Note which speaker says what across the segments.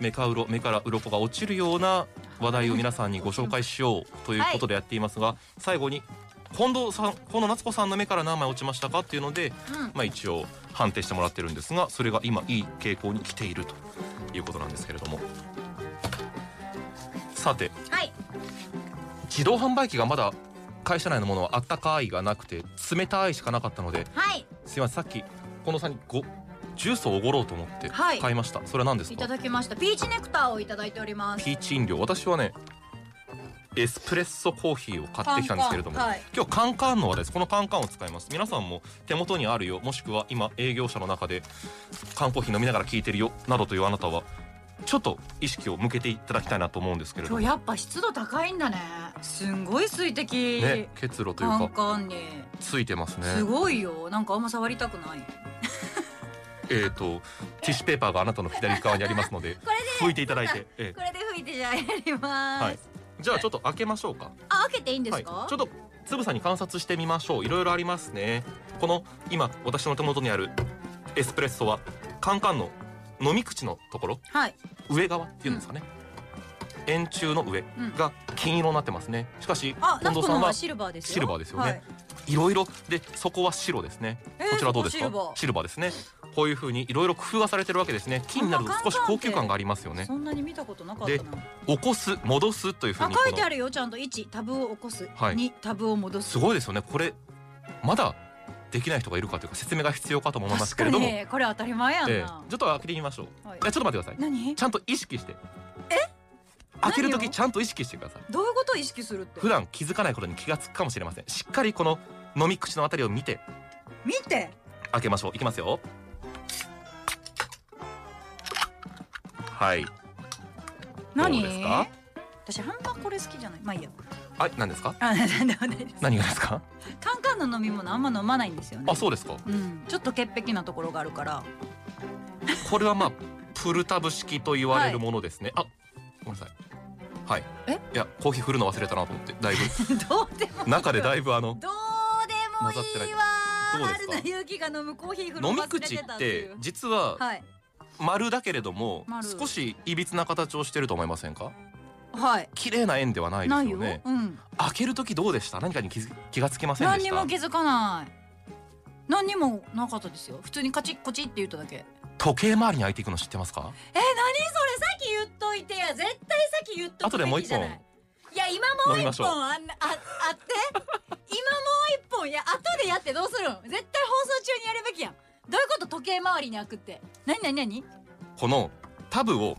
Speaker 1: 目かうろ目から鱗が落ちるような話題を皆さんにご紹介しようということでやっていますが、最後に近藤さん近藤夏子さんの目から何枚落ちましたかっていうので、
Speaker 2: うん
Speaker 1: まあ、一応判定してもらってるんですがそれが今いい傾向に来ているということなんですけれどもさて
Speaker 2: はい
Speaker 1: 自動販売機がまだ会社内のものはあったかいがなくて冷たいしかなかったので
Speaker 2: はい
Speaker 1: すいませんさっき近藤さんにごジュースをおごろうと思って
Speaker 2: はい
Speaker 1: 買いました、それは何です
Speaker 2: い
Speaker 1: か
Speaker 2: ただきましたピーチネクターをいただいております
Speaker 1: ピーチ飲料私はねエスプレッソコーヒーを買ってきたんですけれども
Speaker 2: カンカンはい
Speaker 1: 今日カンカンの話ですこのカンカンを使います皆さんも手元にあるよもしくは今営業者の中で缶コーヒー飲みながら聞いてるよなどというあなたはちょっと意識を向けていただきたいなと思うんですけれども
Speaker 2: 今日
Speaker 1: ね
Speaker 2: やっぱ湿度高いんだねすんごい水滴、
Speaker 1: 結露という
Speaker 2: カ
Speaker 1: か
Speaker 2: ンカンに
Speaker 1: ついてますね
Speaker 2: すごいよなんかあんま触りたくない
Speaker 1: えーとティッシュペーパーがあなたの左側にありますので
Speaker 2: これ
Speaker 1: 拭いていただいて、え
Speaker 2: これで拭いて じゃあやりま
Speaker 1: え
Speaker 2: す、
Speaker 1: はいじゃあちょっと開けましょうか
Speaker 2: あ開けていいんですか、
Speaker 1: はい、ちょっとつぶさに観察してみましょういろいろありますねこの今私の手元にあるエスプレッソはカンカンの飲み口のところ
Speaker 2: はい
Speaker 1: 上側っていうんですかね、円柱の上
Speaker 2: うん
Speaker 1: が金色になってますねしかし
Speaker 2: あ、
Speaker 1: 近
Speaker 2: ナ
Speaker 1: 藤
Speaker 2: スコ
Speaker 1: さ
Speaker 2: の
Speaker 1: ん
Speaker 2: 方
Speaker 1: は
Speaker 2: はシルバーですよ。
Speaker 1: シルバーですよね
Speaker 2: はい
Speaker 1: いろいろでそこは白ですね
Speaker 2: えー
Speaker 1: こちらどうですか
Speaker 2: そこシ
Speaker 1: シルバーですねこういう風にいろいろ工夫がされてるわけですね金になると少し高級感がありますよ
Speaker 2: ルバー。
Speaker 1: ね
Speaker 2: そんなに見たことなかっ
Speaker 1: で
Speaker 2: たな。
Speaker 1: 起こす戻すという風
Speaker 2: あ
Speaker 1: に
Speaker 2: 書い
Speaker 1: こ
Speaker 2: て
Speaker 1: の
Speaker 2: あるよちゃんと1タブを起こす、
Speaker 1: はい
Speaker 2: 2タブを戻す
Speaker 1: すごいですよねこれまだできない人がいるかというか説明が必要かとも思いますけれども
Speaker 2: 確かにこれ当たり前やんな、
Speaker 1: ええ、ちょっと開けてみましょう。
Speaker 2: はい
Speaker 1: いやちょっと待ってください。
Speaker 2: 何
Speaker 1: ちゃんと意識して。開けると
Speaker 2: 何
Speaker 1: き
Speaker 2: を
Speaker 1: ちゃんと意識してください。
Speaker 2: どういうことを意識するって
Speaker 1: 普段気づかないことに気がつくかもしれません。しっかりこの飲み口のあたりを見て
Speaker 2: 見て
Speaker 1: 開けましょう。いきますよ。はい。
Speaker 2: 何
Speaker 1: どうですか
Speaker 2: 私あんまこれ好きじゃないまあいいや
Speaker 1: あ、何ですか？
Speaker 2: あ なんでもないです
Speaker 1: 何がですか？
Speaker 2: カンカンの飲み物あんま飲まないんですよね
Speaker 1: あ、そうですか。
Speaker 2: うん、ちょっと潔癖なところがあるから
Speaker 1: これはまあプルタブ式と言われるものですね。あ、ごめんなさい。はい。
Speaker 2: え？
Speaker 1: いやコーヒー振るの忘れたなと思って。だい ぶ
Speaker 2: どうでも
Speaker 1: 中でだいぶあ の
Speaker 2: どうでも
Speaker 1: 混
Speaker 2: いいわ
Speaker 1: ざってないどうです
Speaker 2: 春
Speaker 1: か
Speaker 2: の勇気が飲むコーヒー風呂
Speaker 1: 飲み
Speaker 2: 忘れ
Speaker 1: 口
Speaker 2: て
Speaker 1: った
Speaker 2: ってい
Speaker 1: て
Speaker 2: う
Speaker 1: 実は
Speaker 2: はい
Speaker 1: 丸だけれども
Speaker 2: 丸
Speaker 1: 少しいびつな形をしてると思いませんか
Speaker 2: はい
Speaker 1: 綺麗な円ではないで
Speaker 2: な
Speaker 1: す
Speaker 2: い
Speaker 1: よ
Speaker 2: よ、
Speaker 1: ね
Speaker 2: うん、
Speaker 1: 開ける時どうでした何かに気づ気がつきませんで
Speaker 2: 何
Speaker 1: し
Speaker 2: に
Speaker 1: た
Speaker 2: も気づかない何にもなかったですよ普通にカチッコチッって言っただけえ
Speaker 1: 時計回りに開いていくの知ってますか
Speaker 2: 何それさっき言っといてや絶対さっき言っとく
Speaker 1: 後でもう
Speaker 2: べき
Speaker 1: 一
Speaker 2: じゃ
Speaker 1: 本
Speaker 2: ないいや今もう
Speaker 1: 飲みま
Speaker 2: 一
Speaker 1: しょう
Speaker 2: 本あんなああって今もう一本いや後でやってどうするん絶対放送中にやるべきやんどういうこと時計回りに開くって何何何
Speaker 1: このタブを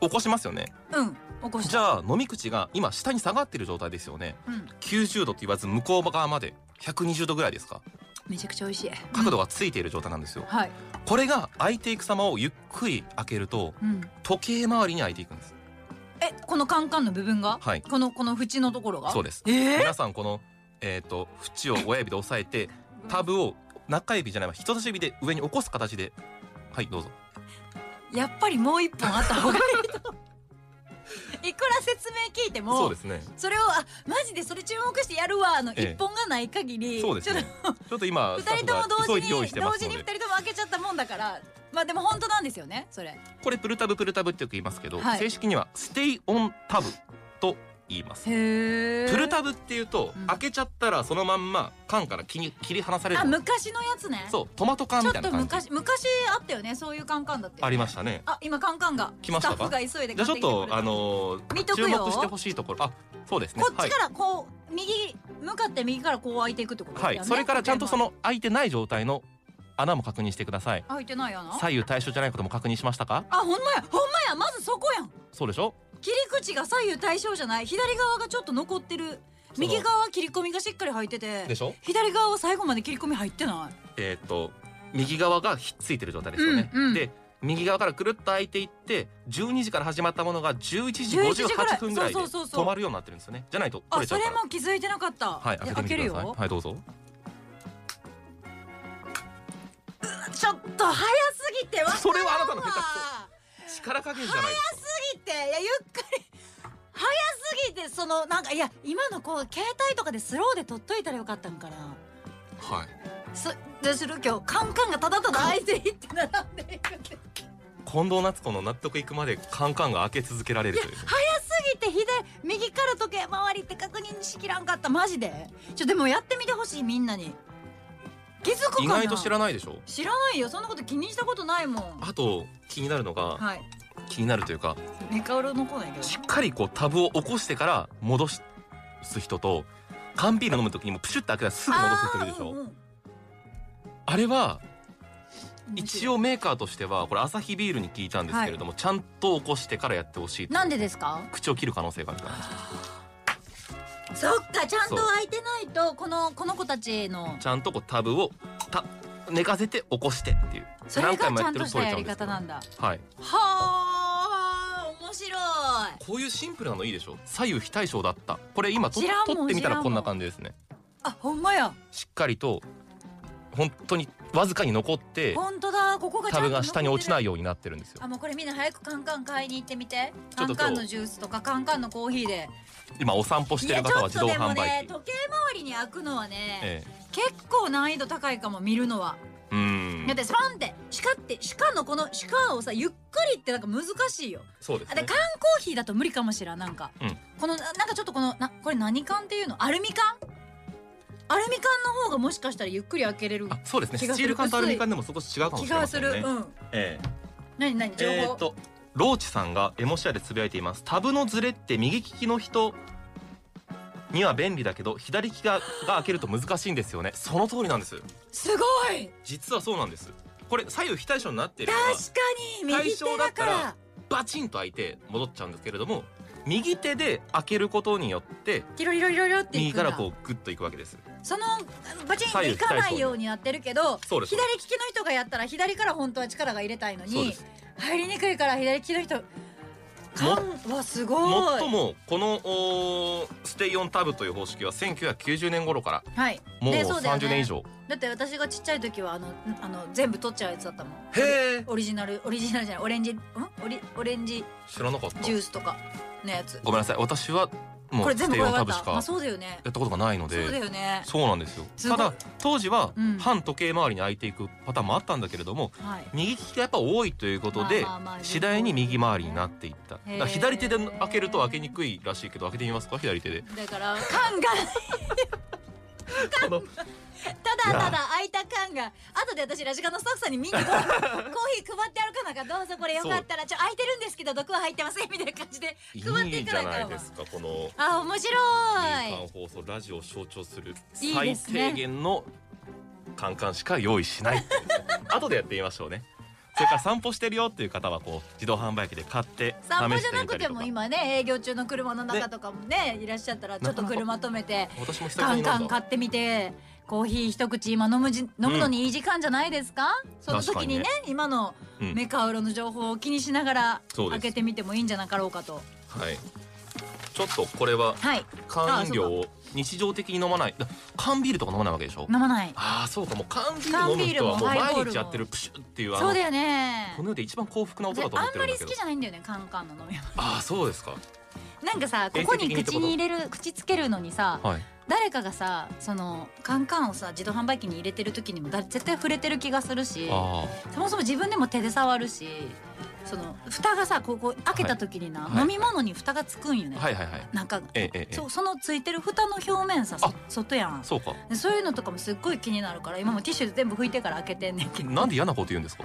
Speaker 1: 起こしますよね
Speaker 2: うん起こした
Speaker 1: じゃあ飲み口が今下に下がってる状態ですよね
Speaker 2: うん、
Speaker 1: 90度と言わず向こう側まで120度ぐらいですか
Speaker 2: めちゃくちゃ美味しい
Speaker 1: 角度がついている状態なんですよ
Speaker 2: はい、
Speaker 1: これが開いていく様をゆっくり開けると
Speaker 2: うん、
Speaker 1: 時計回りに開いていくんです
Speaker 2: えこのカンカンの部分が、
Speaker 1: はい
Speaker 2: このこの縁のところが
Speaker 1: そうです
Speaker 2: えー
Speaker 1: 皆さんこのえっ、と縁を親指で押さえてタブを中指じゃないわ人差し指で上に起こす形ではいどうぞ
Speaker 2: やっぱりもう一本あった方がい いといくら説明聞いても
Speaker 1: そうですね
Speaker 2: それをあマジでそれ注目してやるわあの一、
Speaker 1: ええ
Speaker 2: 本がない限り
Speaker 1: そうです
Speaker 2: ちょっ
Speaker 1: ねちょっと今
Speaker 2: と
Speaker 1: スタッフ
Speaker 2: 二人と
Speaker 1: が
Speaker 2: も
Speaker 1: 急い
Speaker 2: 同時
Speaker 1: で
Speaker 2: に
Speaker 1: 用意してま
Speaker 2: 同
Speaker 1: す
Speaker 2: 時
Speaker 1: の
Speaker 2: に二人
Speaker 1: で
Speaker 2: とも開けちゃったもんだからまあでも本当なんですよねそれ
Speaker 1: これプルタブプルタブってよく言いますけど、
Speaker 2: はい
Speaker 1: 正式にはステイオンタブと言います
Speaker 2: へ
Speaker 1: プルタブっていうと、
Speaker 2: うん
Speaker 1: 開けちゃったらそのまんま缶から切り切り離され
Speaker 2: あ
Speaker 1: るの
Speaker 2: 昔のやつね
Speaker 1: そうトマト缶
Speaker 2: ちょ
Speaker 1: み
Speaker 2: った
Speaker 1: いな
Speaker 2: と
Speaker 1: 感じ
Speaker 2: 昔昔あったよねそういうカンカンだって
Speaker 1: ありましたね
Speaker 2: あ今カンカンが
Speaker 1: 来ましたか
Speaker 2: スタッフが急いで
Speaker 1: じゃあちょっとあ
Speaker 2: の
Speaker 1: の
Speaker 2: 見
Speaker 1: ー、
Speaker 2: とく
Speaker 1: 注
Speaker 2: よ
Speaker 1: 目してほしいところあそうですね
Speaker 2: こっ
Speaker 1: は
Speaker 2: ち
Speaker 1: い
Speaker 2: からこう、右向かって右からこう開いていくってことだ
Speaker 1: は
Speaker 2: よね、
Speaker 1: い、それからちゃんとその開いてない状態の穴も確認してください。
Speaker 2: 開いてないやなあ
Speaker 1: 左右対称じゃないことも確認しましたか？
Speaker 2: ほんまやほんまやまずそこやん
Speaker 1: そうでしょ？
Speaker 2: 切り口が左右対称じゃない左側がちょっと残ってる
Speaker 1: その
Speaker 2: 右側は切り込みがしっかり入ってて
Speaker 1: でしょ？
Speaker 2: 左側は最後まで切り込み入ってない
Speaker 1: えーっと右側がひっついてる状態ですよね。
Speaker 2: うんうん
Speaker 1: で右側からくるっと開いていって12時から始まったものが11時
Speaker 2: 11時ぐらい
Speaker 1: 58分ぐらいで
Speaker 2: そうそうそうそう
Speaker 1: 止まるようになってるんですよね。じゃないと取
Speaker 2: あ
Speaker 1: れちゃ
Speaker 2: そう
Speaker 1: か
Speaker 2: れ
Speaker 1: ら。
Speaker 2: も気づいてなかった、
Speaker 1: はい、
Speaker 2: いや
Speaker 1: 開けてみてください。
Speaker 2: よ
Speaker 1: はい、どうぞ。
Speaker 2: ちょっと早すぎてわからんわ
Speaker 1: それはあなたの下手く力加減じゃないですか。
Speaker 2: すぎていやゆっくり早すぎてそのなんかいや今のこう携帯とかでスローで撮っといたらよかったんかな
Speaker 1: はい。
Speaker 2: すどうする今日カンカンがただただ開いていって並んでいくって
Speaker 1: 近藤夏子の納得いくまでカンカンが開け続けられるという
Speaker 2: 右手左右から時計回りって確認しきらんかったマジでちょでもやってみてほしいみんなに気づくかな
Speaker 1: 意外と知らないでしょ
Speaker 2: 知らないよそんなこと気にしたことないもん
Speaker 1: あと気になるのが
Speaker 2: はい
Speaker 1: 気になるというか
Speaker 2: メカウロの子なんやけど
Speaker 1: しっかりこうタブを起こしてから戻す人と缶ビール飲む時にもプシュッと開けたらすぐ戻す人いるでしょ
Speaker 2: あーうんうん
Speaker 1: あれは一応メーカーとしてはこれアサヒビールに聞いたんですけれども、ちゃんと起こしてからやってほしいと
Speaker 2: なんでですか
Speaker 1: 口を切る可能性があるから
Speaker 2: そっかちゃんと
Speaker 1: そう
Speaker 2: 開いてないとこのこの子たちの
Speaker 1: ちゃんとこうタブをた寝かせて起こしてっていう
Speaker 2: それがちゃんとした
Speaker 1: 取れちゃ
Speaker 2: や
Speaker 1: うん
Speaker 2: り
Speaker 1: ですけど
Speaker 2: 方なんだ
Speaker 1: はい
Speaker 2: はあ面白い
Speaker 1: こういうシンプルなのいいでしょ左右非対称だったこれ今と
Speaker 2: 知らんもん
Speaker 1: 撮ってみた
Speaker 2: 知らんも
Speaker 1: ら
Speaker 2: ん
Speaker 1: こんな感じですね
Speaker 2: あほんまや
Speaker 1: しっかりと本当にわずかに残って
Speaker 2: 本当だここがちゃ
Speaker 1: タ
Speaker 2: んと
Speaker 1: ブが下に落ちないいようになってるんですよ
Speaker 2: あもうこれみんな早くカンカン買いに行ってみて
Speaker 1: ちょ
Speaker 2: カ
Speaker 1: っと今日
Speaker 2: ンカンのジュースとかカンカンのコーヒーで
Speaker 1: 今お散歩し
Speaker 2: い
Speaker 1: てる
Speaker 2: やち
Speaker 1: 方
Speaker 2: ょ
Speaker 1: は
Speaker 2: っ
Speaker 1: 自
Speaker 2: と
Speaker 1: 動
Speaker 2: でも
Speaker 1: 販売
Speaker 2: ね
Speaker 1: 機、
Speaker 2: 時計回りに開くのはね、
Speaker 1: ええ、
Speaker 2: 結構難易度高いかも見るのは、
Speaker 1: う
Speaker 2: だっ
Speaker 1: ん
Speaker 2: てスパンってシカってシカのこのシカをさゆっくりってなんか難しいよ
Speaker 1: そうです
Speaker 2: あで
Speaker 1: ね
Speaker 2: 缶コーヒーだと無理かもしれんなんか、
Speaker 1: うん
Speaker 2: このななんかちょっとこのなこれ何缶っていうのアルミ缶アルミ缶の方がもしかしたらゆっくり開けれる
Speaker 1: あそうですね
Speaker 2: 気がす
Speaker 1: ス
Speaker 2: る
Speaker 1: チール缶とアルミ缶でも少し違うかも
Speaker 2: 気
Speaker 1: しれま
Speaker 2: が
Speaker 1: せ
Speaker 2: す
Speaker 1: んね
Speaker 2: る、うん
Speaker 1: ええ
Speaker 2: 何何情報、
Speaker 1: えーっとローチさんがエモシアでつぶやいていますタブのズレって右利きの人には便利だけど左利きがが開けると難しいんですよねその通りなんです
Speaker 2: すごい
Speaker 1: 実はそうなんですこれ左右非対称になっている
Speaker 2: 確
Speaker 1: のは
Speaker 2: かに右手だ
Speaker 1: 対象だった
Speaker 2: から
Speaker 1: らバチンと開いて戻っちゃうんですけれども右手で開けることによって
Speaker 2: キロリロリロリロってい
Speaker 1: 右
Speaker 2: くんだ
Speaker 1: からこうグッといくわけです
Speaker 2: そのバチンっていかないようになってるけど
Speaker 1: そうです
Speaker 2: 左利きの人がやったら左から本当は力が入れたいの
Speaker 1: そうで
Speaker 2: に
Speaker 1: す
Speaker 2: 入りにくいから左利きの人かんわすごい
Speaker 1: 最もこのおーステイオンタブという方式は1990年頃から
Speaker 2: はい
Speaker 1: もう
Speaker 2: ねそうだよね
Speaker 1: 30年以上、
Speaker 2: だって私がちっちゃい時はあのあの全部取っちゃうやつだったもん
Speaker 1: へえ
Speaker 2: オリジナルオリジナルじゃないオレンジんオリオレンジ
Speaker 1: 知らなかった
Speaker 2: ジュースとかのやつ
Speaker 1: ごめんなさい私はも
Speaker 2: こ
Speaker 1: う
Speaker 2: れ
Speaker 1: ス
Speaker 2: 全部
Speaker 1: テイ
Speaker 2: こ
Speaker 1: オ
Speaker 2: れ
Speaker 1: ンタ
Speaker 2: だっ、
Speaker 1: ブしたか
Speaker 2: ま
Speaker 1: や
Speaker 2: あ、
Speaker 1: っ
Speaker 2: そうだよね
Speaker 1: たことがないの
Speaker 2: そうだ
Speaker 1: で
Speaker 2: よね
Speaker 1: そうなんですよ
Speaker 2: すごい
Speaker 1: ただ当時は
Speaker 2: うん
Speaker 1: 反時計回りに開いていくパターンもあったんだけれども
Speaker 2: はい
Speaker 1: 右利きがやっぱ多いということで
Speaker 2: まあまあまあ
Speaker 1: 次第に右回りになっていっただ
Speaker 2: へー
Speaker 1: から左手で開けると開けにくいらしいけど開けてみますか左手 で
Speaker 2: だから缶が
Speaker 1: この
Speaker 2: ただただ空いた缶が後で私ラジカのスタッフさんにみ んなコーヒーコーヒー配って歩かなあかんどうぞこれよかったらちょ空いてるんですけど毒は入ってませんみたいな感じで
Speaker 1: いい
Speaker 2: 配ってい
Speaker 1: じ
Speaker 2: かな
Speaker 1: ゃ
Speaker 2: あか
Speaker 1: ない
Speaker 2: ん
Speaker 1: で
Speaker 2: わ
Speaker 1: すかこの
Speaker 2: あ面
Speaker 1: 民
Speaker 2: 白
Speaker 1: 間
Speaker 2: い
Speaker 1: 放送ラジオを象徴する
Speaker 2: いい
Speaker 1: 最
Speaker 2: ですね
Speaker 1: 低限のカンカンしか用意し ないっていうね後でやってみましょうねそれから散歩してるよっていう方はこう自動販売機で買って試
Speaker 2: 散歩じ
Speaker 1: し
Speaker 2: ゃ
Speaker 1: て
Speaker 2: な
Speaker 1: みた
Speaker 2: く
Speaker 1: り
Speaker 2: て
Speaker 1: と
Speaker 2: も
Speaker 1: か
Speaker 2: 今ね営業中の車の中とかもねいらっしゃったらちょっと車止めて
Speaker 1: 私も久
Speaker 2: カ
Speaker 1: 々
Speaker 2: ン
Speaker 1: に
Speaker 2: カ
Speaker 1: 飲
Speaker 2: ン
Speaker 1: んだ
Speaker 2: 買ってみてコーヒー一口今飲むじ飲むのにいい時間じゃないですか、その時にね
Speaker 1: 確
Speaker 2: 今の
Speaker 1: うん
Speaker 2: メカウロの情報を気にしながら
Speaker 1: そうで
Speaker 2: 開
Speaker 1: す
Speaker 2: けてみてもいいんじゃなかろうかと
Speaker 1: はいちょっとこれは
Speaker 2: はい
Speaker 1: 缶飲料を日常的に飲まないだ缶ビールとか飲まないわけでしょ
Speaker 2: 飲まない
Speaker 1: ああそうかもう缶ビール飲む人はもう
Speaker 2: 缶ビールもハイボー
Speaker 1: 毎
Speaker 2: ルも
Speaker 1: 日やってるプシュっていうあ
Speaker 2: そう
Speaker 1: の
Speaker 2: だよね
Speaker 1: この世で一番幸福な音
Speaker 2: で
Speaker 1: だと思っ
Speaker 2: あ
Speaker 1: て
Speaker 2: ん
Speaker 1: る
Speaker 2: ま
Speaker 1: んだけ
Speaker 2: り好
Speaker 1: ど
Speaker 2: きじゃないんだよねカンカンの飲み物
Speaker 1: ああそうですか
Speaker 2: なんかさここに口に入れる口つけるのにさ
Speaker 1: はい
Speaker 2: 誰かがさそのカンカンをさ自動販売機に入れてる時にもだ絶対触れてる気がするし
Speaker 1: ああ
Speaker 2: そもそも自分でも手で触るしその蓋がさこうこう開けた時にな、
Speaker 1: はい
Speaker 2: 飲み物に蓋がつくんよね、
Speaker 1: はいはいはい
Speaker 2: なんか
Speaker 1: ええええ
Speaker 2: そそのついてる蓋の表面さそ
Speaker 1: あ
Speaker 2: 外やん
Speaker 1: そうか
Speaker 2: でそういうのとかもすっごい気になるから今もティッシュで全部拭いてから開けてんねんけど
Speaker 1: なんで嫌なこと言うん ですか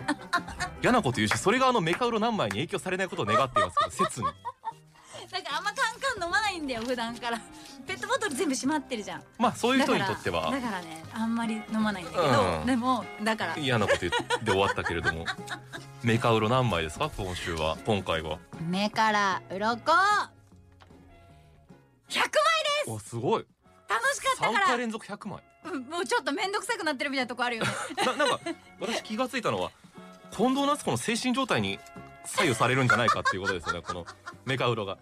Speaker 1: 嫌なこと言うしそれがあのメカウロ何枚に影響されないことを願っていますけど切に
Speaker 2: だからあんまカンカン飲まないんだよ普段からペットボトル全部閉まってるじゃん
Speaker 1: まあそういう人にとって
Speaker 2: だから
Speaker 1: は
Speaker 2: だからねあんまり飲まないんだけど、
Speaker 1: うん
Speaker 2: でもだから
Speaker 1: 嫌なこと言って終わったけれどもメカウロ何枚ですか今週は今回は
Speaker 2: 目から鱗100枚
Speaker 1: おすごい
Speaker 2: 楽しかった
Speaker 1: 3
Speaker 2: か
Speaker 1: 回
Speaker 2: ら、
Speaker 1: 連続100枚
Speaker 2: うん、もうちょっと面倒くさくなってるみたいなとこあるよね
Speaker 1: ななんか私気がついたのは近藤夏子の精神状態に左右されるんじゃないかっていうことですよねこのメカウロが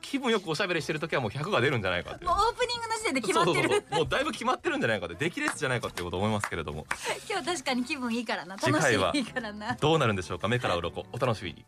Speaker 1: 気分よくおしゃべりしてる時はもう100が出るんじゃないかっていう
Speaker 2: もうオープニングの時点 で決まってる
Speaker 1: そうそ うそうもうだいぶ決まってるんじゃないかって出来列じゃないかっていうこと思いますけれども
Speaker 2: 今日確かに気分いいからな楽
Speaker 1: 次
Speaker 2: し
Speaker 1: 回はい
Speaker 2: からな
Speaker 1: どうなるんでしょうか目から鱗お楽しみに